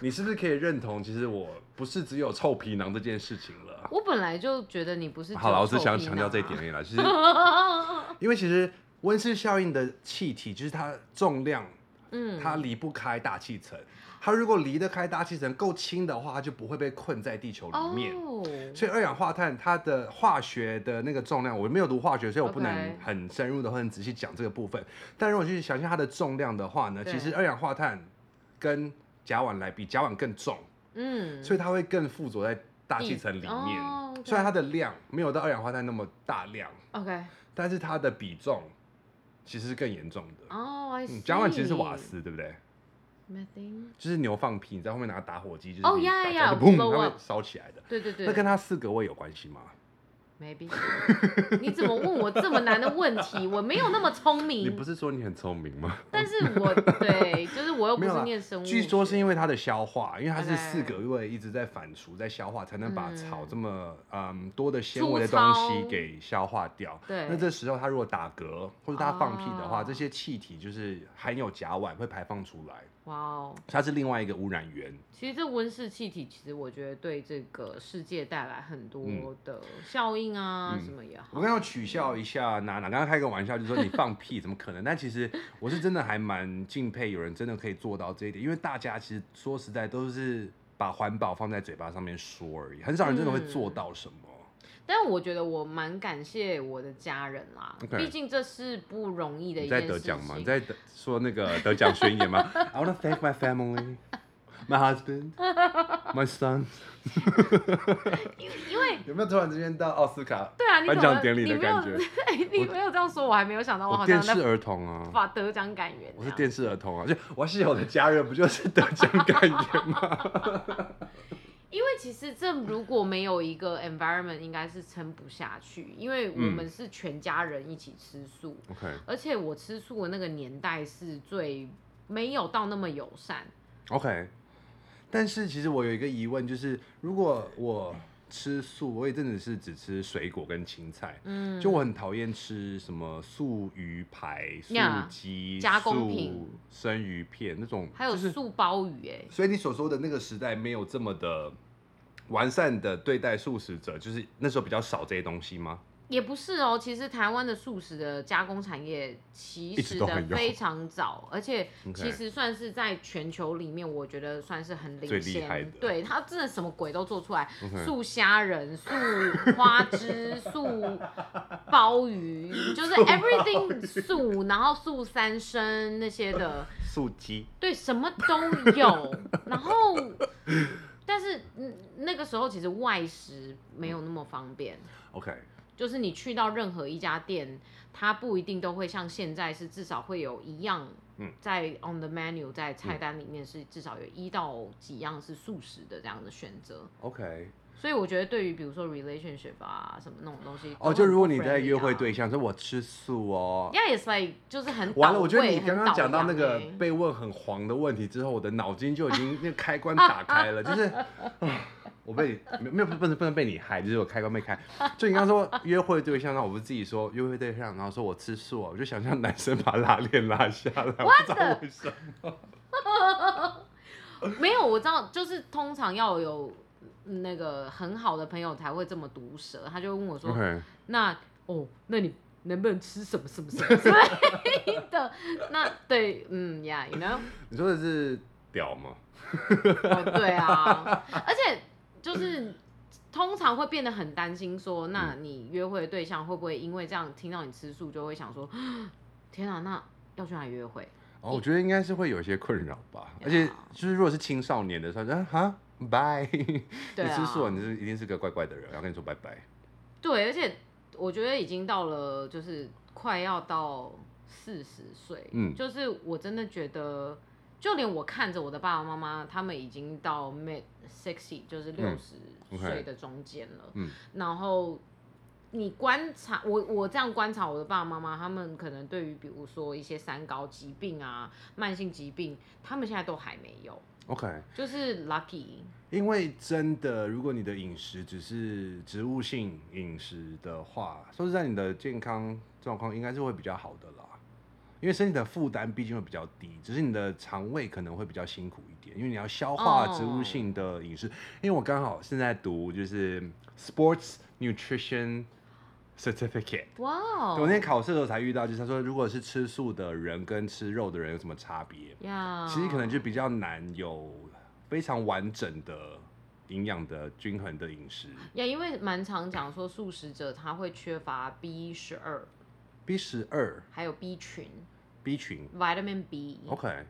Speaker 1: 你是不是可以认同？其实我不是只有臭皮囊这件事情了。
Speaker 2: 我本来就觉得你不是
Speaker 1: 好了，我只
Speaker 2: 是
Speaker 1: 想强调
Speaker 2: 啊
Speaker 1: 这一点而已啦。
Speaker 2: [LAUGHS]
Speaker 1: 其实，因为其实温室效应的气体，就是它重量嗯，它离不开大气层。它如果离得开大气层够轻的话，它就不会被困在地球里面。
Speaker 2: 哦，
Speaker 1: 所以二氧化碳它的化学的那个重量，我没有读化学，所以我不
Speaker 2: OK
Speaker 1: 能很深入的或很仔细讲这个部分。但如果去想象它的重量的话呢，
Speaker 2: 对
Speaker 1: 其实二氧化碳跟甲烷来比，甲烷更重，
Speaker 2: 嗯，
Speaker 1: 所以它会更附着在大气层里
Speaker 2: 地
Speaker 1: 面。
Speaker 2: 哦，OK
Speaker 1: 虽然它的量没有到二氧化碳那么大量，
Speaker 2: OK，
Speaker 1: 但是它的比重其实是更严重的。
Speaker 2: 哦，I
Speaker 1: 嗯
Speaker 2: see，
Speaker 1: 甲烷其实是瓦斯，对不对？
Speaker 2: ，methane，
Speaker 1: 就是牛放屁，你在后面拿打火机，就是
Speaker 2: 哦
Speaker 1: 你
Speaker 2: 呀
Speaker 1: 打
Speaker 2: 呀
Speaker 1: 开就砰，
Speaker 2: blow
Speaker 1: 它会
Speaker 2: up
Speaker 1: 烧起来的。
Speaker 2: 对对对，
Speaker 1: 那跟它四个位有关系吗？
Speaker 2: maybe，你怎么问我这么难的问题？我没有那么聪
Speaker 1: 你不
Speaker 2: 明，
Speaker 1: 是说你很聪明吗？
Speaker 2: 但是我对，就是我又不
Speaker 1: 没有
Speaker 2: 是
Speaker 1: 啦
Speaker 2: 念生物学，
Speaker 1: 据说是因为它的消化，因为它是
Speaker 2: OK
Speaker 1: 四个月一直在反刍、在消化，才能把
Speaker 2: 嗯
Speaker 1: 草这么嗯多的纤
Speaker 2: 粗
Speaker 1: 维的东西
Speaker 2: 糙
Speaker 1: 给消化掉。
Speaker 2: 对，
Speaker 1: 那这时候它如果打嗝或者它放屁的话，
Speaker 2: 哦
Speaker 1: 这些气体就是含有甲烷会排放出来，
Speaker 2: 哇哦，
Speaker 1: 它是另外一个污染源。
Speaker 2: 其实这温室气体，其实我觉得对这个世界带来很多
Speaker 1: 嗯
Speaker 2: 的效应啊，
Speaker 1: 嗯
Speaker 2: 什么也好，
Speaker 1: 我刚刚要取笑一下娜娜，刚刚开个玩笑，就说你放屁怎么可能？但其实我是真的还蛮敬佩有人真的可以做到这一点，因为大家其实说实在都是把环保放在嘴巴上面说而已，很少人真的会
Speaker 2: 嗯
Speaker 1: 做到什么。
Speaker 2: 但我觉得我蛮感谢我的家人啦
Speaker 1: OK
Speaker 2: 毕竟这是不容易的一
Speaker 1: 你
Speaker 2: 件
Speaker 1: 在
Speaker 2: 事情。
Speaker 1: 得奖吗？你在得说那个得奖宣
Speaker 2: [LAUGHS]
Speaker 1: 言吗？I want to thank my family, my husband, my son。
Speaker 2: 因为
Speaker 1: [LAUGHS] 有没有突然之间到奥斯卡
Speaker 2: 对啊，你
Speaker 1: 颁
Speaker 2: 怎么
Speaker 1: 奖典礼
Speaker 2: 你
Speaker 1: 的
Speaker 2: 没有哎
Speaker 1: 感
Speaker 2: [LAUGHS]
Speaker 1: 觉？
Speaker 2: 你没有这样说，我还没有想到，我好
Speaker 1: 我
Speaker 2: 像在
Speaker 1: 电视儿童啊，
Speaker 2: 把得奖感言这样。
Speaker 1: 我是电视儿童啊，就我室友的家人不就是得奖感
Speaker 2: [LAUGHS]
Speaker 1: 言吗？
Speaker 2: 因为其实这如果没有一个 environment，应该是撑不下去。因为我
Speaker 1: 嗯
Speaker 2: 们是全家人一起吃素，
Speaker 1: OK，
Speaker 2: 而且我吃素的那个年代是最没有到那么友善。
Speaker 1: OK，但是其实我有一个疑问，就是如果我吃素，我也真的是只吃水果跟青菜，
Speaker 2: 嗯，
Speaker 1: 就我很讨厌吃什么素鱼排、素
Speaker 2: Yeah，
Speaker 1: 鸡、
Speaker 2: 加工
Speaker 1: 素
Speaker 2: 品
Speaker 1: 生鱼片那种，
Speaker 2: 还有
Speaker 1: 就是
Speaker 2: 素鲍鱼、欸，
Speaker 1: 所以你所说的那个时代没有这么的完善的对待素食者，就是那时候比较少这些东西吗？
Speaker 2: 也不是哦，其实台湾的素食的加工产业其
Speaker 1: 一直
Speaker 2: 实
Speaker 1: 都
Speaker 2: 的
Speaker 1: 很有
Speaker 2: 非常早，而且
Speaker 1: OK
Speaker 2: 其实算是在全球里面，我觉得算是很领
Speaker 1: 最
Speaker 2: 先。
Speaker 1: 厉害的
Speaker 2: 对，它真的什么鬼都做出来
Speaker 1: OK
Speaker 2: 素虾仁、素花枝、素鲍鱼，就是 everything 素，然后素三生那些的，
Speaker 1: 素鸡
Speaker 2: 对，什么都有。然后，但是嗯那个时候其实外食没有那么方便。
Speaker 1: ，OK，
Speaker 2: 就是你去到任何一家店，它不一定都会像现在是至少会有一样，
Speaker 1: 嗯
Speaker 2: 在 on the menu 在菜单里面是至少有一到几样是素食的这样的选择。
Speaker 1: OK，
Speaker 2: 所以我觉得对于比如说 relationship 啊什么那种东西，
Speaker 1: 哦，就如果你
Speaker 2: 啊
Speaker 1: 在约会对象说我吃素哦，
Speaker 2: ，yeah it's like 就是很
Speaker 1: 完了，
Speaker 2: 倒
Speaker 1: 我觉得
Speaker 2: 胃
Speaker 1: 你刚
Speaker 2: 很
Speaker 1: 刚
Speaker 2: 倒
Speaker 1: 讲到那
Speaker 2: 洋
Speaker 1: 个
Speaker 2: 欸
Speaker 1: 被问很黄的问题之后，我的脑筋就已经那个开关打开了，就是啊我被你没没有不能不能被你害，就是我开关被开。就你刚刚说约会对象，然后我不是自己说约会对象，然后说我吃素哦，我就想象男生把拉链拉下来，我不知道为什么。
Speaker 2: 没有，我知道，就是通常要有嗯那个很好的朋友才会这么毒舌，他就问我说
Speaker 1: OK，
Speaker 2: 那哦，那你能不能吃什么什么什么之类的？ [LAUGHS] 那对，嗯呀、yeah,，you know，
Speaker 1: 你说的是屌吗？
Speaker 2: 哦，对啊，而且就是通常会变得很担心说，那你约会的对象会不会因为这样听到你吃素，就会想说， [GASPS] 天啊，那要去哪里约会？
Speaker 1: 哦，我觉得应该是会有一些困扰吧，而且就是如果是青少年的时候，就啊哈，拜， [LAUGHS]
Speaker 2: 对
Speaker 1: 你
Speaker 2: 啊，
Speaker 1: 吃素哦，你是一定是个怪怪的人，我要跟你说拜拜。
Speaker 2: 对，而且我觉得已经到了，就是快要到四十岁，
Speaker 1: 嗯
Speaker 2: 就是我真的觉得，就连我看着我的爸爸妈妈，他们已经到 mid sixty，就是六十
Speaker 1: 嗯 OK
Speaker 2: 岁的中间了，
Speaker 1: 嗯
Speaker 2: 然后。你观察我，我这样观察我的爸爸妈妈，他们可能对于比如说一些三高疾病啊、慢性疾病，他们现在都还没有，
Speaker 1: ，OK。
Speaker 2: 就是 lucky，
Speaker 1: 因为真的，如果你的饮食只是植物性饮食的话，说实在，你的健康状况应该是会比较好的啦。因为身体的负担毕竟会比较低，只是你的肠胃可能会比较辛苦一点，因为你要消化
Speaker 2: 哦
Speaker 1: 植物性的饮食。因为我刚好现在读就是 sports nutrition certificate。
Speaker 2: 哇哦，
Speaker 1: 我那天考试的时候才遇到，就是他说，如果是吃素的人跟吃肉的人有什么差别？
Speaker 2: 呀，
Speaker 1: 其实可能就比较难有非常完整的营养的均衡的饮食。
Speaker 2: 呀，因为蛮常讲说素食者他会缺乏 B 十二，
Speaker 1: B 十二、
Speaker 2: 还有 B 群
Speaker 1: B 群
Speaker 2: （vitamin B）、
Speaker 1: ，OK，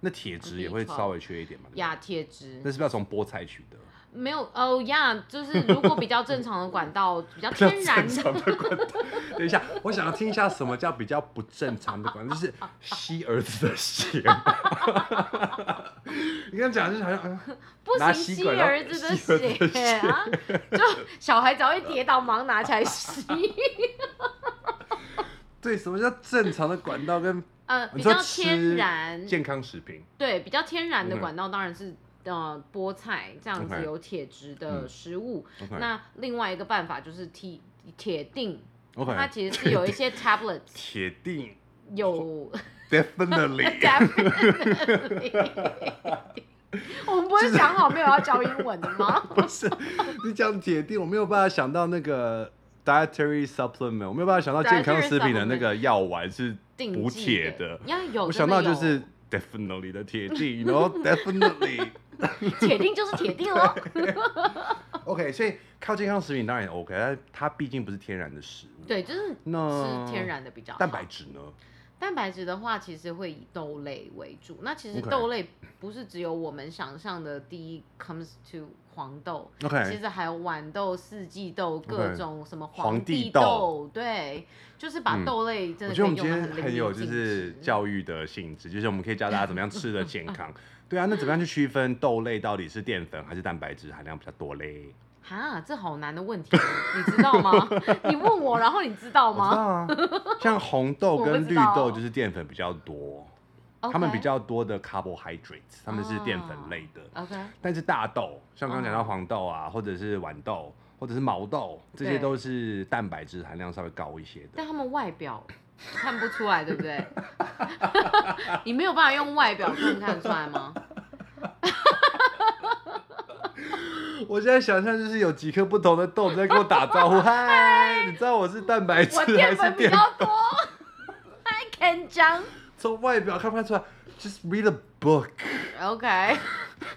Speaker 1: 那铁质也
Speaker 2: B12
Speaker 1: 会稍微缺一点嘛？对不对
Speaker 2: 亚铁质
Speaker 1: 那是不是要从菠菜取得？
Speaker 2: 没有哦呀，就是如果比较正常的管道，比较
Speaker 1: [LAUGHS] 比较
Speaker 2: 天然
Speaker 1: 正
Speaker 2: 的
Speaker 1: 常的管道。等一下，我想要听一下什么叫比较不正常的管道，就是吸儿子的血。 [LAUGHS] 你刚讲就是好像嗯
Speaker 2: 不
Speaker 1: 拿
Speaker 2: 行，
Speaker 1: 吸
Speaker 2: 吸
Speaker 1: 管然后
Speaker 2: 儿子的
Speaker 1: 吸儿子的
Speaker 2: 血啊，就小孩只要一跌倒，忙拿起来吸。
Speaker 1: 对，什么叫正常的管道跟
Speaker 2: 呃，
Speaker 1: [LAUGHS] 你
Speaker 2: 比
Speaker 1: 说
Speaker 2: 较
Speaker 1: 吃
Speaker 2: 天然，
Speaker 1: 健康食品？
Speaker 2: 对，比较天然的
Speaker 1: 嗯
Speaker 2: 管道当然是呃菠菜这样子
Speaker 1: OK
Speaker 2: 有铁质的
Speaker 1: 嗯
Speaker 2: 食物。
Speaker 1: OK
Speaker 2: 那另外一个办法就是铁铁定，
Speaker 1: OK，
Speaker 2: 它其实是有一些
Speaker 1: [LAUGHS]
Speaker 2: tablets
Speaker 1: 铁定
Speaker 2: 有 [LAUGHS]
Speaker 1: [LAUGHS] definitely。
Speaker 2: definitely。我们不是讲好没有要教英文的吗？
Speaker 1: [LAUGHS] 不是，你讲铁定，我没有办法想到那个 dietary supplement，我没有办法想到健康食品的那个药丸是
Speaker 2: 定
Speaker 1: 补
Speaker 2: 剂
Speaker 1: 铁
Speaker 2: 的
Speaker 1: 的，。
Speaker 2: 要有
Speaker 1: 我
Speaker 2: 真
Speaker 1: 想
Speaker 2: 的
Speaker 1: 到就
Speaker 2: 有
Speaker 1: 是 definitely 的铁 [LAUGHS] 定，然后 definitely。
Speaker 2: 铁定就是铁定哦
Speaker 1: [LAUGHS]
Speaker 2: 喽。
Speaker 1: OK，所以靠健康食品当然也 OK，但它毕竟不是天然的食物。
Speaker 2: 对，就是
Speaker 1: 那
Speaker 2: 吃天然的比较好。
Speaker 1: 嗯蛋白质呢？
Speaker 2: 蛋白质的话，其实会以豆类为主。那其实
Speaker 1: OK
Speaker 2: 豆类不是只有我们想象的第一 comes to 黄豆
Speaker 1: OK
Speaker 2: 其实还有豌豆、四季豆、各
Speaker 1: OK
Speaker 2: 种什么
Speaker 1: 皇帝
Speaker 2: 帝
Speaker 1: 豆
Speaker 2: 对，就是把
Speaker 1: 嗯
Speaker 2: 豆类
Speaker 1: 我
Speaker 2: 真的
Speaker 1: 觉
Speaker 2: 可以
Speaker 1: 得我们今
Speaker 2: 用
Speaker 1: 天
Speaker 2: 的淋
Speaker 1: 很
Speaker 2: 漓
Speaker 1: 有就
Speaker 2: 尽致。
Speaker 1: 是教育的性质，就是我们可以教大家怎么样吃的健
Speaker 2: [LAUGHS]
Speaker 1: 康。对啊，那怎么样去区分豆类到底是淀粉还是蛋白质含量比较多嘞？
Speaker 2: 哈，这好难的问题，哦你知道吗？ [LAUGHS] 你问我，然后你知道
Speaker 1: 我知
Speaker 2: 吗
Speaker 1: 道啊， [LAUGHS] 像红豆跟绿豆就是淀粉比较多，
Speaker 2: ？OK，
Speaker 1: 它们比较多的 carbohydrates，它们是淀粉类的。
Speaker 2: OK，
Speaker 1: 但是大豆，像刚刚
Speaker 2: 哦
Speaker 1: 讲到黄豆啊，或者是豌豆，或者是毛豆，这些
Speaker 2: 对
Speaker 1: 都是蛋白质含量稍微高一些的。
Speaker 2: 但他们外表看不出来，对不对？ [LAUGHS] 你没有办法用外表看看得出来吗？
Speaker 1: 我现在想象就是有几颗不同的豆在跟我打招 [LAUGHS] 呼，嗨，你知道我 [LAUGHS] 是蛋白质
Speaker 2: 我
Speaker 1: 还
Speaker 2: 淀
Speaker 1: 是
Speaker 2: 粉比
Speaker 1: 淀？
Speaker 2: 较多。I can jump.
Speaker 1: 从外表看不看出来？Just read a book，
Speaker 2: Okay.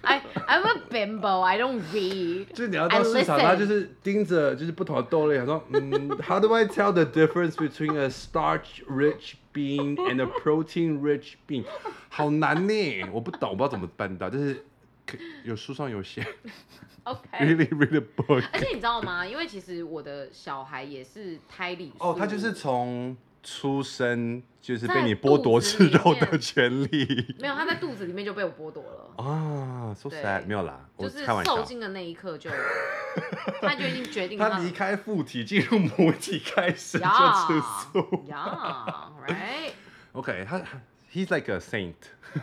Speaker 2: I I'm a bimbo. I don't read.
Speaker 1: 就是你要到市场，
Speaker 2: I listen
Speaker 1: 它就是盯着就是不同的豆类，想说，嗯
Speaker 2: [LAUGHS]
Speaker 1: ，How do I tell the difference between a starch-rich bean and a protein-rich bean？好难呢，我不懂，我不知道怎么办到，就是可有书上有写
Speaker 2: Okay.
Speaker 1: ，really read a book。
Speaker 2: 而且你知道吗？因为其实我的小孩也是胎里
Speaker 1: 哦，
Speaker 2: 素
Speaker 1: 他就是从出生就是
Speaker 2: 在
Speaker 1: 被你
Speaker 2: 肚
Speaker 1: 剥夺
Speaker 2: 子
Speaker 1: 吃
Speaker 2: 里
Speaker 1: 肉
Speaker 2: 面
Speaker 1: 的权利
Speaker 2: 没有他在肚子里面就被我剥夺了，
Speaker 1: [LAUGHS] 啊，so
Speaker 2: 对
Speaker 1: sad，没有啦，
Speaker 2: 就
Speaker 1: 我
Speaker 2: 是
Speaker 1: 开玩
Speaker 2: 受
Speaker 1: 笑。
Speaker 2: 精的那一刻
Speaker 1: [LAUGHS]
Speaker 2: 就，他就已经决定
Speaker 1: 他离开父体进入母体开始就
Speaker 2: 呀
Speaker 1: 吃素。
Speaker 2: 呀，right?
Speaker 1: OK，他 he's like a saint，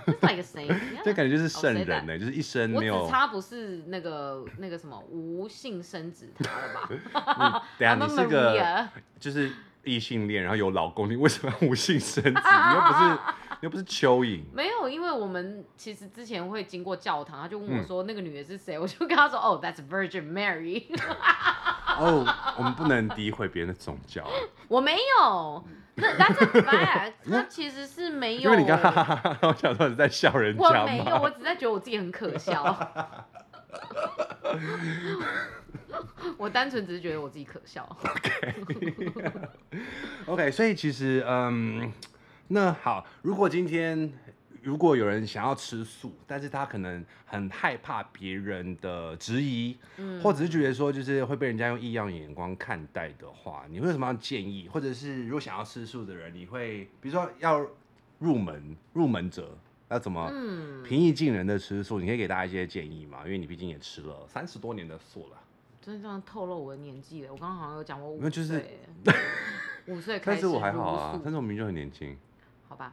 Speaker 2: It's like a
Speaker 1: [LAUGHS]
Speaker 2: saint.
Speaker 1: 这
Speaker 2: yeah.
Speaker 1: 感觉就是圣
Speaker 2: I'll say
Speaker 1: 人
Speaker 2: that
Speaker 1: 呢，就是一生
Speaker 2: 我只
Speaker 1: 没有。
Speaker 2: 差不是那个那个什么无性生子他了吧
Speaker 1: 啊你等下
Speaker 2: ？I'm a
Speaker 1: 你是个
Speaker 2: Maria。
Speaker 1: 就是异性恋，然后有老公，你为什么要无性生子？你又不是你又不是蚯蚓。
Speaker 2: 没有，因为我们其实之前会经过教堂，他就问我
Speaker 1: 嗯
Speaker 2: 说、那个女的是谁，我就跟他说哦、t h a t s Virgin Mary，
Speaker 1: 哦，我们不能诋毁别人的宗教，啊
Speaker 2: 我没有，那 That's a
Speaker 1: [LAUGHS]
Speaker 2: fact，他其实是没有，
Speaker 1: 嗯因为你刚哈 [LAUGHS] 哈哈哈，我想说你在笑人
Speaker 2: 我
Speaker 1: 家
Speaker 2: 没
Speaker 1: 嘛
Speaker 2: 有，。我只在觉得我自己很可
Speaker 1: [LAUGHS]
Speaker 2: 笑，我单纯只是觉得我自己可笑。
Speaker 1: OK，所以其实嗯，那好，如果今天如果有人想要吃素，但是他可能很害怕别人的质疑，
Speaker 2: 嗯
Speaker 1: 或者是觉得说就是会被人家用异样眼光看待的话，你会有什么样的建议？或者是如果想要吃素的人，你会比如说要入门入门者要怎么
Speaker 2: 嗯，
Speaker 1: 平易近人的吃素？你可以给大家一些建议嘛？因为你毕竟也吃了三十多年的素了。
Speaker 2: 真的这样透露我的年纪了，我刚刚好像有讲我五
Speaker 1: 没有就是
Speaker 2: 岁，五岁开
Speaker 1: 但
Speaker 2: 始
Speaker 1: 是
Speaker 2: 入
Speaker 1: 我
Speaker 2: 宿，
Speaker 1: 还好啊，但是我明明就很年轻。
Speaker 2: [LAUGHS] 好吧。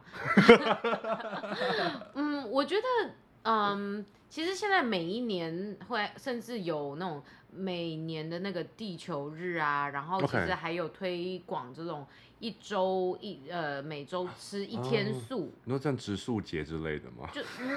Speaker 2: 嗯，我觉得，嗯，其实现在每一年会甚至有那种每年的那个地球日啊，然后其
Speaker 1: OK
Speaker 2: 实还有推广这种一周一呃每周吃一天
Speaker 1: 哦
Speaker 2: 素。
Speaker 1: 你说像植树节之类的吗？
Speaker 2: 就嗯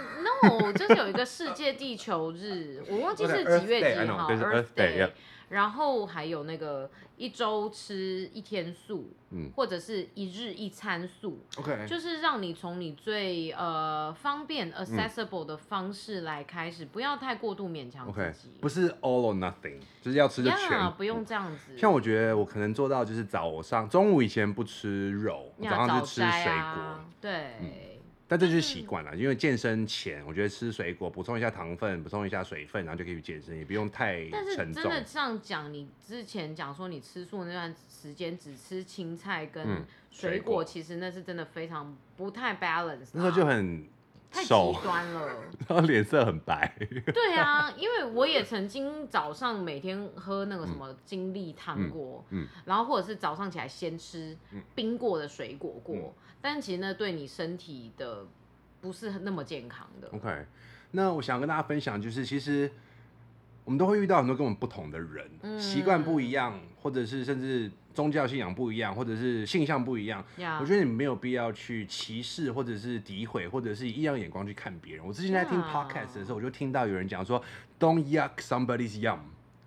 Speaker 2: no，就是有一个世界地球日，我忘记是
Speaker 1: Okay,
Speaker 2: 几月
Speaker 1: 哦 Earth Day,
Speaker 2: 几号
Speaker 1: I know, there's Earth Day, yeah.
Speaker 2: 然后还有那个一周吃一天素，
Speaker 1: 嗯
Speaker 2: 或者是一日一餐素，
Speaker 1: ，OK，嗯
Speaker 2: 就是让你从你最呃方便 accessible 的方式来开始，不要太过度勉强
Speaker 1: OK，
Speaker 2: 自己。
Speaker 1: 不是 all or nothing，就是要吃就全
Speaker 2: 呀，不用这样子。
Speaker 1: 像我觉得我可能做到就是早上、中午以前不吃肉，我
Speaker 2: 呀
Speaker 1: 早上
Speaker 2: 早
Speaker 1: 是吃水
Speaker 2: 斋
Speaker 1: 果，嗯
Speaker 2: 啊嗯对。
Speaker 1: 但这就是习惯了。因为健身前，我觉得吃水果补充一下糖分，补充一下水分，然后就可以去健身，也不用太
Speaker 2: 但是
Speaker 1: 沉
Speaker 2: 真
Speaker 1: 重。
Speaker 2: 的这样讲，你之前讲说你吃素那段时间只吃青菜跟
Speaker 1: 嗯
Speaker 2: 水
Speaker 1: 水
Speaker 2: 果，
Speaker 1: 果
Speaker 2: 其实那是真的非常不太 balance，
Speaker 1: 那时候就很
Speaker 2: 啊太
Speaker 1: 瘦 [LAUGHS]
Speaker 2: 极，端了。
Speaker 1: 然后脸色很白。 [LAUGHS]
Speaker 2: 对啊，因为我也曾经早上每天喝那个什么精力汤过，
Speaker 1: 嗯嗯
Speaker 2: 然后或者是早上起来先吃冰过的水果过，
Speaker 1: 嗯
Speaker 2: 但其实那对你身体的不是那么健康的。
Speaker 1: OK，那我想跟大家分享就是，其实我们都会遇到很多跟我们不同的
Speaker 2: 嗯
Speaker 1: 人，习惯、不一样，或者是甚至宗教信仰不一样，或者是性向不一样。
Speaker 2: 呀
Speaker 1: 我觉得你没有必要去歧视，或者是诋毁，或者是以异样眼光去看别人。我之前在听
Speaker 2: 啊
Speaker 1: podcast 的时候，我就听到有人讲说，Don't yuck somebody's yum。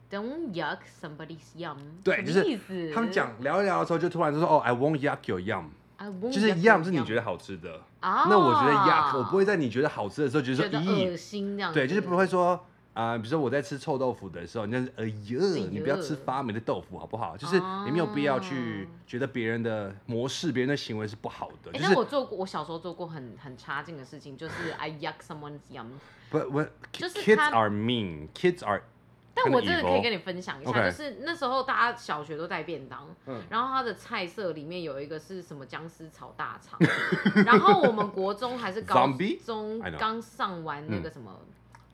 Speaker 2: Don't yuck somebody's yum，
Speaker 1: 对
Speaker 2: 什么
Speaker 1: 就是
Speaker 2: 意思
Speaker 1: 他们讲聊一聊的时候，就突然就说，哦，I won't yuck your yum，
Speaker 2: I won't
Speaker 1: 就是
Speaker 2: yuck your
Speaker 1: yum 是你觉得好吃的，
Speaker 2: 啊，
Speaker 1: 那我觉得 yuck，我不会在你觉得好吃的时候，觉
Speaker 2: 觉
Speaker 1: 得说，
Speaker 2: 得
Speaker 1: 咦
Speaker 2: 恶，心这样子，
Speaker 1: 对，就是不会说啊、呃比如说我在吃臭豆腐的时候，你就是哎呀，你不要吃发霉的豆腐好不好？就是
Speaker 2: 哦
Speaker 1: 你没有必要去觉得别人的模式、别人的行为是不好的，
Speaker 2: 诶。
Speaker 1: 就
Speaker 2: 但
Speaker 1: 是
Speaker 2: 我做过，我小时候做过很很差劲的事情，就是 I yuck someone's yum。
Speaker 1: 不我
Speaker 2: 就是他
Speaker 1: kids are mean, kids are
Speaker 2: 但
Speaker 1: kinda
Speaker 2: 我真的可以
Speaker 1: evil
Speaker 2: 跟你分享一下就
Speaker 1: OK
Speaker 2: 是那时候大家小学都带便当，
Speaker 1: 嗯
Speaker 2: 然后它的菜色里面有一个是什么姜丝炒大肠， [LAUGHS] 然后我们国中还是高
Speaker 1: Zombie？
Speaker 2: 中
Speaker 1: I know 嗯
Speaker 2: 刚上完那个什么。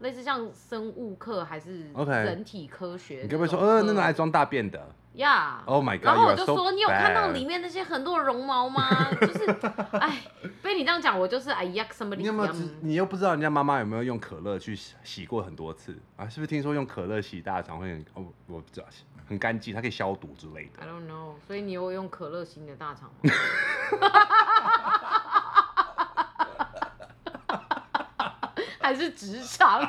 Speaker 2: 类似像生物课还是
Speaker 1: OK
Speaker 2: 人体科学
Speaker 1: 你
Speaker 2: 那
Speaker 1: 该
Speaker 2: 种
Speaker 1: 不
Speaker 2: 课？
Speaker 1: 会说呃，那拿来装大便的
Speaker 2: 呀
Speaker 1: ？Oh my god！
Speaker 2: 哦然后我
Speaker 1: you
Speaker 2: 就
Speaker 1: are so
Speaker 2: 说：“你有看到
Speaker 1: bad
Speaker 2: 里面那些很多的绒毛吗？”就是， [LAUGHS] 哎，被你这样讲，我就是哎呀什么嗯
Speaker 1: 你有没有知？你又不知道人家妈妈有没有用可乐去洗洗过很多次啊？是不是听说用可乐洗大肠会很……哦，我不知道，很干净，它可以消毒之类的
Speaker 2: I。don't know。所以你有用可乐洗你的大肠吗？ [LAUGHS] 还是直肠？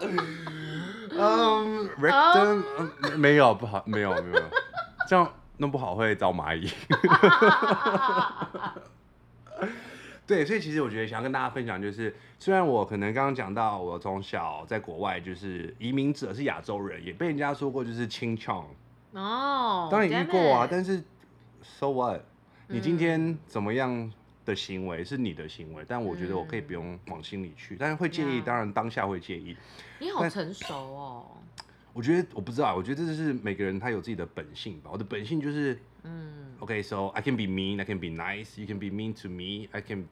Speaker 1: 嗯 r e c t u m 嗯没有不好，没有没有，这样弄不好会
Speaker 2: [LAUGHS]
Speaker 1: 招蚂蚁。对，所以其实我觉得想要跟大家分享，就是虽然我可能刚刚讲到，我从小在国外就是移民者是亚洲人，也被人家说过就是清唱，
Speaker 2: 哦，
Speaker 1: 当然遇过啊，
Speaker 2: damn it 嗯
Speaker 1: 但是 so what？你今天怎么样的行为是你的行为，但我觉得我可以不用往心里去，但是会介意，
Speaker 2: 嗯 Yeah
Speaker 1: 当然当下会介意。
Speaker 2: 你好成熟哦。
Speaker 1: 我觉得我不知道，我觉得这是每个人他有自己的本性吧。我的本性就是
Speaker 2: 嗯，
Speaker 1: ，OK，so、I can be mean, I can be nice, you can be mean to me, I can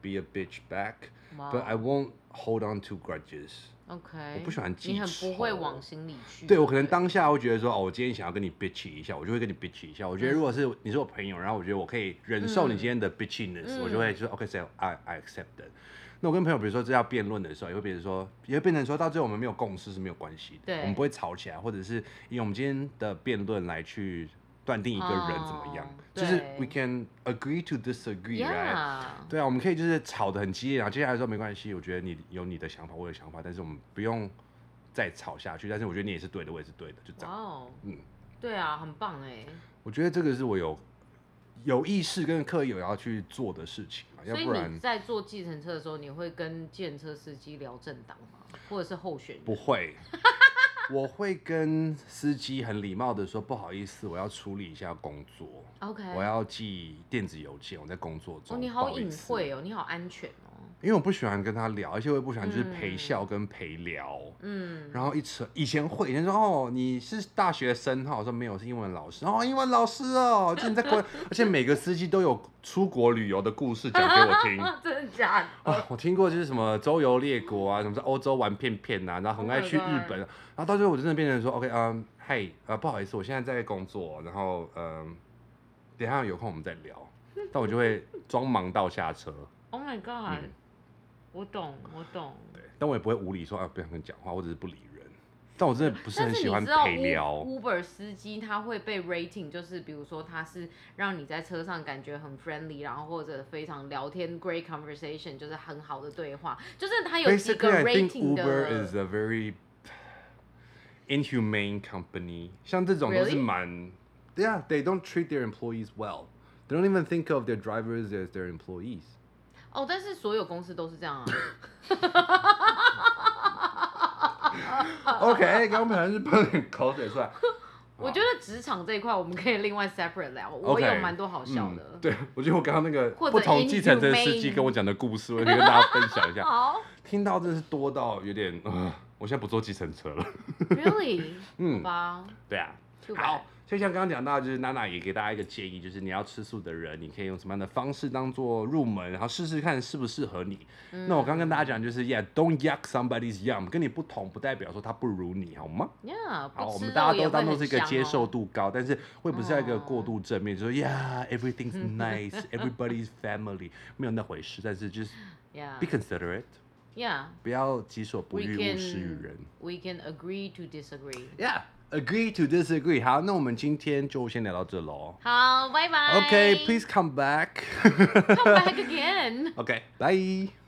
Speaker 1: be a bitch back,
Speaker 2: 哇
Speaker 1: but I won't hold on to grudges。
Speaker 2: OK，
Speaker 1: 我不喜欢记
Speaker 2: 你很
Speaker 1: 仇
Speaker 2: 不会往心里去。
Speaker 1: 对我可能当下会觉得说，哦，我今天想要跟你 bitch 一下，我就会跟你 bitch 一下。我觉得
Speaker 2: 嗯
Speaker 1: 如果是你是我朋友，然后我觉得我可以忍受你今天的 bitchiness，、
Speaker 2: 嗯
Speaker 1: 我就会说 OK，so、I I accept it。那我跟朋友比如说这要辩论的时候，也会变成说，也会变成说到最后我们没有共识是没有关系的，
Speaker 2: 对
Speaker 1: 我们不会吵起来，或者是以我们今天的辩论来去断定一个人怎么样，
Speaker 2: 哦
Speaker 1: 就是 we
Speaker 2: 对
Speaker 1: can agree to disagree，right？、 [LAUGHS]
Speaker 2: 呀，
Speaker 1: 对啊，我们可以就是吵得很激烈，然后接下来说没关系，我觉得你有你的想法，我有想法，但是我们不用再吵下去。但是我觉得你也是对的，我也是对的，就这
Speaker 2: 哇
Speaker 1: 样。
Speaker 2: 哦，
Speaker 1: 嗯，
Speaker 2: 对啊，很棒哎。
Speaker 1: 我觉得这个是我有有意识跟刻意有要去做的事情啊，要
Speaker 2: 所以
Speaker 1: 不
Speaker 2: 你
Speaker 1: 然
Speaker 2: 在坐计程车的时候，你会跟计程车司机聊政党吗？或者是候选人？
Speaker 1: 不
Speaker 2: [LAUGHS]
Speaker 1: 会。我会跟司机很礼貌的说，不好意思，我要处理一下工作，
Speaker 2: OK，
Speaker 1: 我要寄电子邮件，我在工作
Speaker 2: 哎
Speaker 1: 中。
Speaker 2: 哦，你
Speaker 1: 不
Speaker 2: 好
Speaker 1: 意
Speaker 2: 隐
Speaker 1: 思
Speaker 2: 晦哦，你好安全哦。
Speaker 1: 因为我不喜欢跟他聊，而且我也不喜欢就是
Speaker 2: 嗯
Speaker 1: 陪笑跟陪聊。
Speaker 2: 嗯，
Speaker 1: 然后一扯，以前会，以前说哦，你是大学生哈，我说没有，是英文老师哦，英文老师哦，就你在国， [LAUGHS] 而且每个司机都有出国旅游的故事讲给我
Speaker 2: [LAUGHS]
Speaker 1: 听。
Speaker 2: 啊，真的假的？
Speaker 1: 哦，我听过就是什么周游列国啊，什么在欧洲玩片片啊，然后很爱去
Speaker 2: Oh my
Speaker 1: 日
Speaker 2: god
Speaker 1: 本，然后到最后我真的变成说，OK，嗯，嗨，呃，不好意思，我现在在工作，然后嗯，等一下有空我们再聊，但我就会装忙到下车。
Speaker 2: Oh my god！、
Speaker 1: 嗯
Speaker 2: 我懂，我懂。
Speaker 1: 对，但我也不会无理说啊，不想跟你讲话，我只是不理人。但我真的不是
Speaker 2: 但
Speaker 1: 很
Speaker 2: 是
Speaker 1: 喜
Speaker 2: 你
Speaker 1: 欢
Speaker 2: 知道
Speaker 1: 陪
Speaker 2: U-
Speaker 1: 聊，
Speaker 2: Uber 司机他会被 rating，就是比如说他是让你在车上感觉很 friendly，然后或者非常聊天 great conversation，就是很好的对话，就是他有几
Speaker 1: Basically,
Speaker 2: 个
Speaker 1: I think
Speaker 2: rating
Speaker 1: Uber is
Speaker 2: 的。
Speaker 1: a very inhumane company. 像这种都是
Speaker 2: Really?
Speaker 1: 蛮 Yeah, they don't treat their employees well. They don't even think of their drivers as their employees.
Speaker 2: 哦，但是所有公司都是这
Speaker 1: [LAUGHS]
Speaker 2: 样啊。啊
Speaker 1: OK，刚刚本来是喷点口水出来。
Speaker 2: 我觉得职场这一块我们可以另外 separate 聊，我
Speaker 1: OK，
Speaker 2: 有蛮多好笑的
Speaker 1: 嗯。。对，我觉得我刚刚那个
Speaker 2: 或者
Speaker 1: 不同计程车司机
Speaker 2: inhumane
Speaker 1: 跟我讲的故事，我得跟大家分享一下。 [LAUGHS]
Speaker 2: 好
Speaker 1: 听到真的是多到有点，呃，我现在不坐计程车了。
Speaker 2: ，really？
Speaker 1: 嗯
Speaker 2: 好吧，
Speaker 1: 对啊，
Speaker 2: 就吧
Speaker 1: 好，所以像刚刚讲到，就是娜娜也给大家一个建议，就是你要吃素的人，你可以用什么样的方式当做入门，然后试试看适不适合你。
Speaker 2: 嗯
Speaker 1: 那我刚刚跟大家讲，就是 Yeah，don't yuck somebody's yum，跟你不同不代表说他不如你，好吗？
Speaker 2: ，Yeah，
Speaker 1: 好，
Speaker 2: 不
Speaker 1: 我
Speaker 2: 吃
Speaker 1: 们大
Speaker 2: 肉
Speaker 1: 家
Speaker 2: 也
Speaker 1: 都
Speaker 2: 会
Speaker 1: 当做
Speaker 2: 很
Speaker 1: 是一个
Speaker 2: 香
Speaker 1: 接
Speaker 2: 哦
Speaker 1: 受度高，但是会不是要一个
Speaker 2: 哦
Speaker 1: 过度正面，就是 Yeah，everything's
Speaker 2: [LAUGHS]
Speaker 1: nice，everybody's family，没有那回事，但是就是 be
Speaker 2: ，Yeah，Yeah。
Speaker 1: considerate，不要己所不
Speaker 2: We
Speaker 1: 欲，勿施于
Speaker 2: can
Speaker 1: 人。
Speaker 2: we can agree to disagree。
Speaker 1: Yeah, agree to disagree。好，那我们今天就先聊到这喽。
Speaker 2: 好，拜拜。
Speaker 1: Okay, please come back. [LAUGHS]
Speaker 2: come back again.
Speaker 1: okay, bye.